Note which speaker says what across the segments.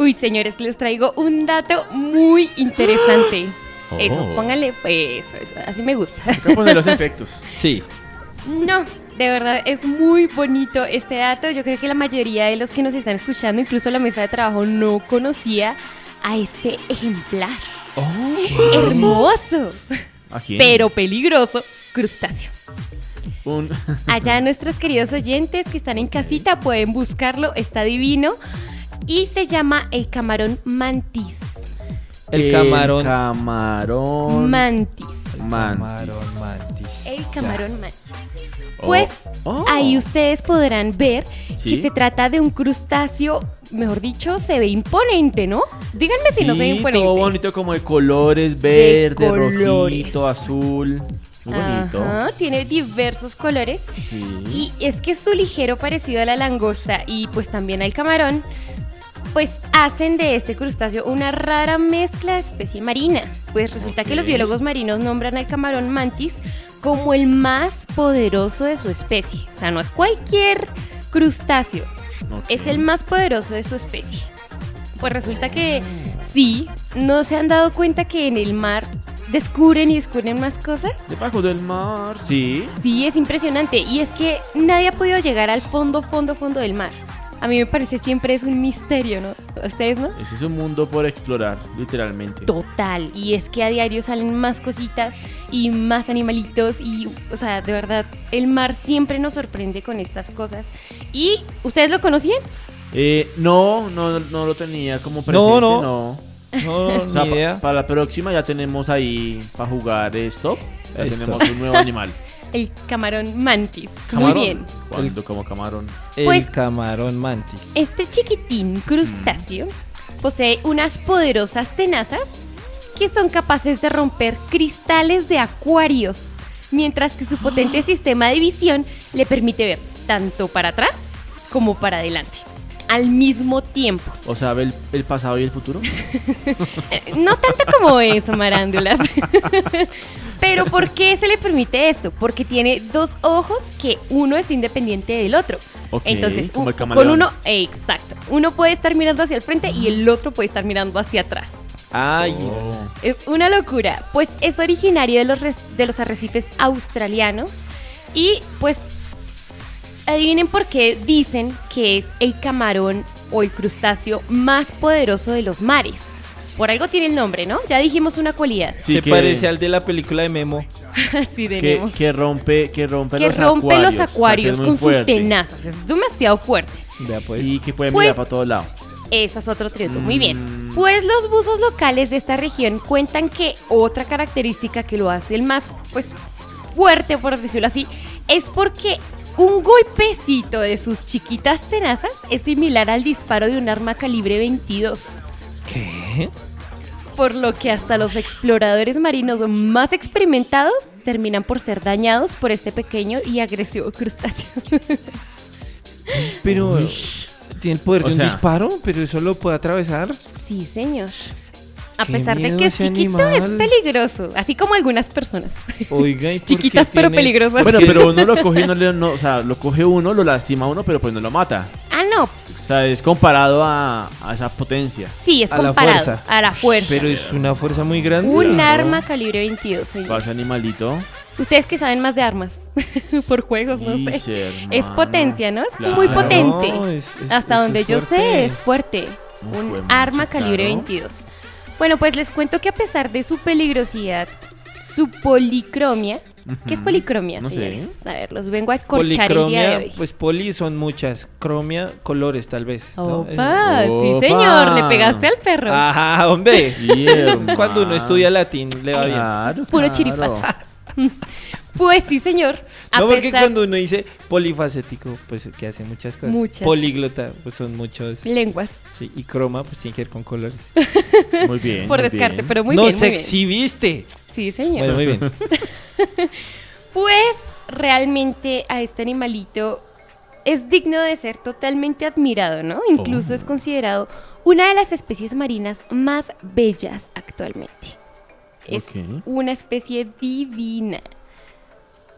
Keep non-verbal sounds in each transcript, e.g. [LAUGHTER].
Speaker 1: Uy, señores, les traigo un dato muy interesante. Eso, pónganle, pues, eso, así me gusta. [LAUGHS]
Speaker 2: Campos de los efectos.
Speaker 3: [LAUGHS] Sí.
Speaker 1: No, de verdad es muy bonito este dato. Yo creo que la mayoría de los que nos están escuchando, incluso la mesa de trabajo, no conocía a este ejemplar.
Speaker 2: Oh.
Speaker 1: Hermoso,
Speaker 2: ¿A quién?
Speaker 1: pero peligroso crustáceo.
Speaker 2: Un-
Speaker 1: Allá nuestros queridos oyentes que están en casita pueden buscarlo, está divino. Y se llama el camarón mantis.
Speaker 3: El camarón.
Speaker 2: Camarón.
Speaker 1: Mantis.
Speaker 2: mantis.
Speaker 3: Camarón mantis.
Speaker 1: El camarón mantis.
Speaker 2: Oh.
Speaker 1: Pues
Speaker 2: Oh.
Speaker 1: ahí ustedes podrán ver
Speaker 2: Sí.
Speaker 1: que se trata de un crustáceo, mejor dicho, se ve imponente, ¿no? Díganme si no se ve
Speaker 2: Sí, todo
Speaker 1: imponente.
Speaker 2: bonito como de colores, verde,
Speaker 1: colores.
Speaker 2: rojito, azul. Muy bonito.
Speaker 1: Ajá, tiene diversos colores
Speaker 2: Sí.
Speaker 1: Y es que su ligero parecido a la langosta y pues también al camarón, pues hacen de este crustáceo una rara mezcla de especie marina. Pues resulta que los
Speaker 2: Ok.
Speaker 1: biólogos marinos nombran al camarón mantis como el más poderoso de su especie. O sea, no es cualquier crustáceo,
Speaker 2: Ok.
Speaker 1: es el más poderoso de su especie. Pues resulta que sí, no se han dado cuenta que en el mar descubren y descubren más cosas.
Speaker 2: Debajo del mar. Sí.
Speaker 1: Sí, es impresionante. Y es que nadie ha podido llegar al fondo, fondo, fondo del mar. A mí me parece siempre es un misterio, ¿no? ¿Ustedes no?
Speaker 2: Ese es un mundo por explorar, literalmente.
Speaker 1: Total. Y es que a diario salen más cositas y más animalitos. Y, o sea, de verdad, el mar siempre nos sorprende con estas cosas. ¿Y ustedes lo conocían?
Speaker 2: Eh, no, no, no lo tenía como presente.
Speaker 3: No, no.
Speaker 2: no.
Speaker 3: No,
Speaker 2: [LAUGHS] O sea,
Speaker 3: ni
Speaker 2: pa-
Speaker 3: idea.
Speaker 2: para la próxima ya tenemos ahí para jugar stop. Ya
Speaker 3: Stop.
Speaker 2: tenemos un
Speaker 1: [LAUGHS]
Speaker 2: nuevo animal.
Speaker 1: El camarón mantis.
Speaker 2: Camarón.
Speaker 1: Muy bien.
Speaker 2: Cuando como camarón.
Speaker 1: Pues-
Speaker 3: El camarón mantis.
Speaker 1: Este chiquitín crustáceo posee unas poderosas tenazas que son capaces de romper cristales de acuarios, mientras que su potente sistema de visión le permite ver tanto para atrás como para adelante, al mismo tiempo.
Speaker 2: O sea, ve el, el pasado y
Speaker 1: [LAUGHS]
Speaker 2: el futuro.
Speaker 1: Eh, No tanto como eso, marándulas. [LAUGHS] Pero ¿por qué se le permite esto? Porque tiene dos ojos que uno es independiente del otro.
Speaker 2: Ok,
Speaker 1: Entonces,
Speaker 2: como
Speaker 1: un-
Speaker 2: el
Speaker 1: con
Speaker 2: camaleón.
Speaker 1: uno, eh, exacto. Uno puede estar mirando hacia el frente y el otro puede estar mirando hacia atrás.
Speaker 3: Ay.
Speaker 1: Es una locura, pues es originario de los, res- de los arrecifes australianos y pues adivinen por qué dicen que es el camarón o el crustáceo más poderoso de los mares. Por algo tiene el nombre, ¿no? Ya dijimos una cualidad. [LAUGHS]
Speaker 2: Sí,
Speaker 3: se
Speaker 2: que-
Speaker 3: parece al de la película de Memo.
Speaker 1: Así de
Speaker 2: Que,
Speaker 1: Nemo.
Speaker 2: que rompe, que rompe
Speaker 1: Que
Speaker 2: los
Speaker 1: rompe
Speaker 2: acuarios.
Speaker 1: los acuarios
Speaker 2: o sea, que es
Speaker 1: con
Speaker 2: muy
Speaker 1: sus
Speaker 2: fuerte.
Speaker 1: tenazas. Es demasiado fuerte.
Speaker 3: Vea pues.
Speaker 2: Y que puede
Speaker 1: Pues-
Speaker 2: mirar para todos lados.
Speaker 1: Esa es otro triunfo. Muy bien.
Speaker 2: Mm.
Speaker 1: Pues los buzos locales de esta región cuentan que otra característica que lo hace el más pues, fuerte, por decirlo así, es porque un golpecito de sus chiquitas tenazas es similar al disparo de un arma calibre 22.
Speaker 3: ¿Qué?
Speaker 1: Por lo que hasta los exploradores marinos más experimentados terminan por ser dañados por este pequeño y agresivo crustáceo. [LAUGHS]
Speaker 3: Pero tiene el
Speaker 2: O
Speaker 3: poder de un
Speaker 2: sea-
Speaker 3: disparo, pero eso lo puede atravesar.
Speaker 1: sí, señor. A
Speaker 3: Qué
Speaker 1: pesar de
Speaker 3: miedo
Speaker 1: que es
Speaker 3: ese
Speaker 1: chiquito, es
Speaker 3: animal.
Speaker 1: peligroso, así como algunas personas.
Speaker 3: Oiga, ¿y por qué
Speaker 1: Chiquitas pero
Speaker 3: tiene-
Speaker 1: peligrosas.
Speaker 2: Bueno, pero uno lo coge y no le. no- o sea, lo coge uno, lo lastima uno, pero pues no lo mata.
Speaker 1: Ah, no.
Speaker 2: O sea, es comparado a, a esa potencia.
Speaker 1: Sí, es
Speaker 3: A la
Speaker 1: comparado
Speaker 3: fuerza.
Speaker 1: a la [LAUGHS] fuerza.
Speaker 3: Pero es una fuerza muy grande.
Speaker 1: Un
Speaker 3: Claro.
Speaker 1: arma calibre 22,
Speaker 2: Para
Speaker 1: señor.
Speaker 2: ese animalito.
Speaker 1: Ustedes que saben más de armas. [LAUGHS] Por juegos, no
Speaker 2: Ish,
Speaker 1: sé.
Speaker 2: hermano.
Speaker 1: Pues, Es potencia, ¿no? Es
Speaker 2: Claro.
Speaker 1: muy
Speaker 3: Claro,
Speaker 1: potente.
Speaker 3: Ah, es- es-
Speaker 1: Hasta
Speaker 3: eso
Speaker 1: donde
Speaker 3: es
Speaker 1: yo sé,
Speaker 3: fuerte.
Speaker 1: es fuerte.
Speaker 2: Ujú,
Speaker 1: Un
Speaker 2: mucho,
Speaker 1: arma calibre
Speaker 2: claro.
Speaker 1: 22. Bueno, pues les cuento que a pesar de su peligrosidad, su policromia. ¿Qué es
Speaker 2: Ujú.
Speaker 1: policromia,
Speaker 2: No sé.
Speaker 1: señores? A ver, los vengo a corchar el día de
Speaker 3: Policromia,
Speaker 1: hoy.
Speaker 3: pues poli son muchas. Cromia, colores tal vez. ¿no? Eh, Ah.
Speaker 1: Opa,
Speaker 2: Opa.
Speaker 1: sí, señor, le pegaste al perro.
Speaker 3: Ajá, hombre.
Speaker 2: Y hermano.
Speaker 3: [LAUGHS] Cuando uno estudia latín le va bien.
Speaker 2: Claro,
Speaker 1: Puro
Speaker 2: claro.
Speaker 1: chiripazo. Pues sí, señor. A
Speaker 3: No, porque
Speaker 1: pesar-
Speaker 3: cuando uno dice polifacético, pues que hace muchas cosas.
Speaker 1: Muchas.
Speaker 3: Políglota, pues son muchos.
Speaker 1: Lenguas,
Speaker 3: Sí, y croma, pues tiene que ver con colores.
Speaker 2: Muy bien.
Speaker 1: por
Speaker 2: muy
Speaker 1: descarte,
Speaker 2: bien.
Speaker 1: pero muy
Speaker 3: ¡No
Speaker 1: bien, muy
Speaker 3: se
Speaker 1: bien.
Speaker 3: exhibiste!
Speaker 1: Sí, señor.
Speaker 3: Bueno, muy bien.
Speaker 1: Pues realmente a este animalito es digno de ser totalmente admirado, ¿no? Incluso
Speaker 2: Oh.
Speaker 1: es considerado una de las especies marinas más bellas actualmente. Es
Speaker 2: Ok.
Speaker 1: una especie divina.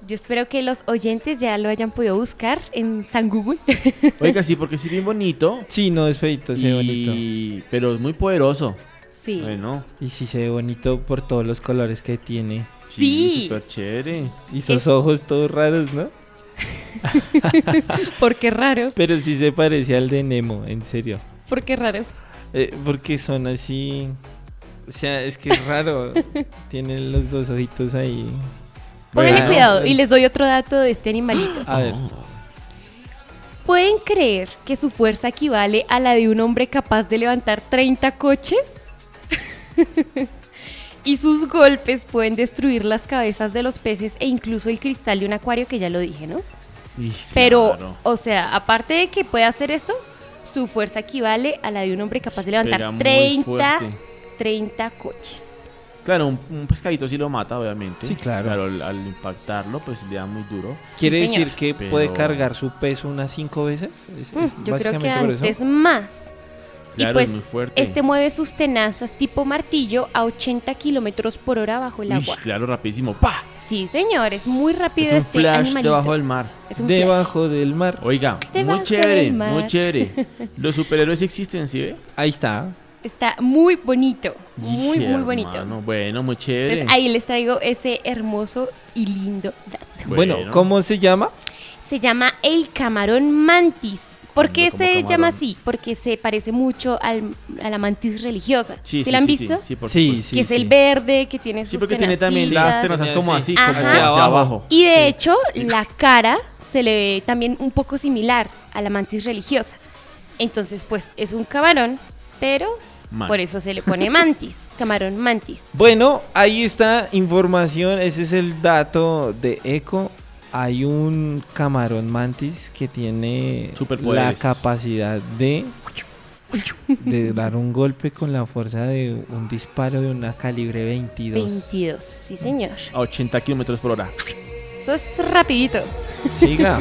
Speaker 1: Yo espero que los oyentes ya lo hayan podido buscar en San Google. [LAUGHS]
Speaker 2: Oiga, sí, porque sí es bien bonito.
Speaker 3: Pues Sí, no, es feito, se ve bonito.
Speaker 2: y... Pero es muy poderoso.
Speaker 1: sí.
Speaker 2: Bueno.
Speaker 3: Y sí se ve bonito por todos los colores que tiene.
Speaker 1: Sí.
Speaker 2: Súper chévere.
Speaker 3: Y sus
Speaker 1: Es-
Speaker 3: ojos todos raros, ¿no?
Speaker 1: Porque raro,
Speaker 3: Pero sí se parece al de Nemo, en serio.
Speaker 1: porque raro.
Speaker 3: Eh, porque son así... O sea, es que es
Speaker 1: [LAUGHS]
Speaker 3: raro. Tienen los dos ojitos ahí.
Speaker 1: Pónganle
Speaker 3: Bueno.
Speaker 1: cuidado y les doy otro dato de este animalito.
Speaker 3: A ver.
Speaker 1: ¿Pueden creer que su fuerza equivale a la de un hombre capaz de levantar 30 coches? [LAUGHS] y sus golpes pueden destruir las cabezas de los peces e incluso el cristal de un acuario, que ya lo dije, ¿no?
Speaker 2: Y
Speaker 1: Pero,
Speaker 2: claro,
Speaker 1: o sea, aparte de que puede hacer esto, su fuerza equivale a la de un hombre capaz de
Speaker 2: pega
Speaker 1: levantar
Speaker 2: muy
Speaker 1: 30,
Speaker 2: fuerte.
Speaker 1: 30 coches.
Speaker 2: Claro, un, un pescadito sí lo mata, obviamente.
Speaker 3: Sí, claro.
Speaker 2: al, al impactarlo, pues le da muy duro.
Speaker 3: Quiere
Speaker 1: Sí, señor.
Speaker 3: decir que
Speaker 2: Pero-
Speaker 3: puede cargar su peso unas cinco veces. Es-
Speaker 1: Mm,
Speaker 3: es
Speaker 1: Yo creo que
Speaker 3: básicamente por eso.
Speaker 1: antes más.
Speaker 2: Claro,
Speaker 1: y pues
Speaker 2: es muy fuerte.
Speaker 1: este mueve sus tenazas tipo martillo a 80 kilómetros por hora bajo el
Speaker 2: Uy,
Speaker 1: agua.
Speaker 2: claro, rapidísimo. ¡Pa!
Speaker 1: Sí, señor, es muy rápido
Speaker 2: Es un
Speaker 1: este
Speaker 2: flash
Speaker 1: animalito.
Speaker 2: debajo del mar.
Speaker 1: Es un flash.
Speaker 3: Debajo del mar.
Speaker 2: Oiga,
Speaker 1: Debajo
Speaker 2: muy chévere,
Speaker 1: del mar. [LAUGHS]
Speaker 2: muy chévere. Los superhéroes existen, ¿sí ve?
Speaker 3: Ahí está.
Speaker 1: Está muy bonito, muy,
Speaker 2: Ixi,
Speaker 1: muy bonito.
Speaker 2: hermano, Bueno, muy chévere.
Speaker 1: Entonces ahí les traigo ese hermoso y lindo dato.
Speaker 2: Bueno.
Speaker 3: bueno ¿cómo se llama?
Speaker 1: Se llama el camarón mantis. ¿Por qué
Speaker 2: Lindo como
Speaker 1: se
Speaker 2: camarón.
Speaker 1: llama así? Porque se parece mucho al, a la mantis religiosa.
Speaker 2: Sí,
Speaker 1: ¿Sí,
Speaker 2: sí,
Speaker 1: la han
Speaker 2: sí,
Speaker 1: visto?
Speaker 2: Sí, sí, por
Speaker 3: Sí,
Speaker 2: supuesto.
Speaker 3: sí.
Speaker 1: que es el verde, que tiene
Speaker 2: Sí,
Speaker 1: sus
Speaker 2: porque tiene también
Speaker 1: tenacitas.
Speaker 2: las tenazas como así,
Speaker 1: Ajá.
Speaker 2: como hacia
Speaker 3: Hacia
Speaker 2: abajo.
Speaker 3: abajo.
Speaker 1: Y de
Speaker 3: Sí.
Speaker 1: hecho, la cara se le ve también un poco similar a la mantis religiosa. Entonces, pues es un camarón, pero
Speaker 2: Man.
Speaker 1: por eso se le pone mantis, camarón mantis.
Speaker 3: Bueno, ahí está información. Ese es el dato de Eco. Hay un camarón mantis que tiene la
Speaker 2: Superpoderes.
Speaker 3: capacidad de, de dar un golpe con la fuerza de un disparo de una calibre 22.
Speaker 1: 22, sí señor.
Speaker 2: A 80 kilómetros por hora.
Speaker 1: Eso es rapidito.
Speaker 3: Siga.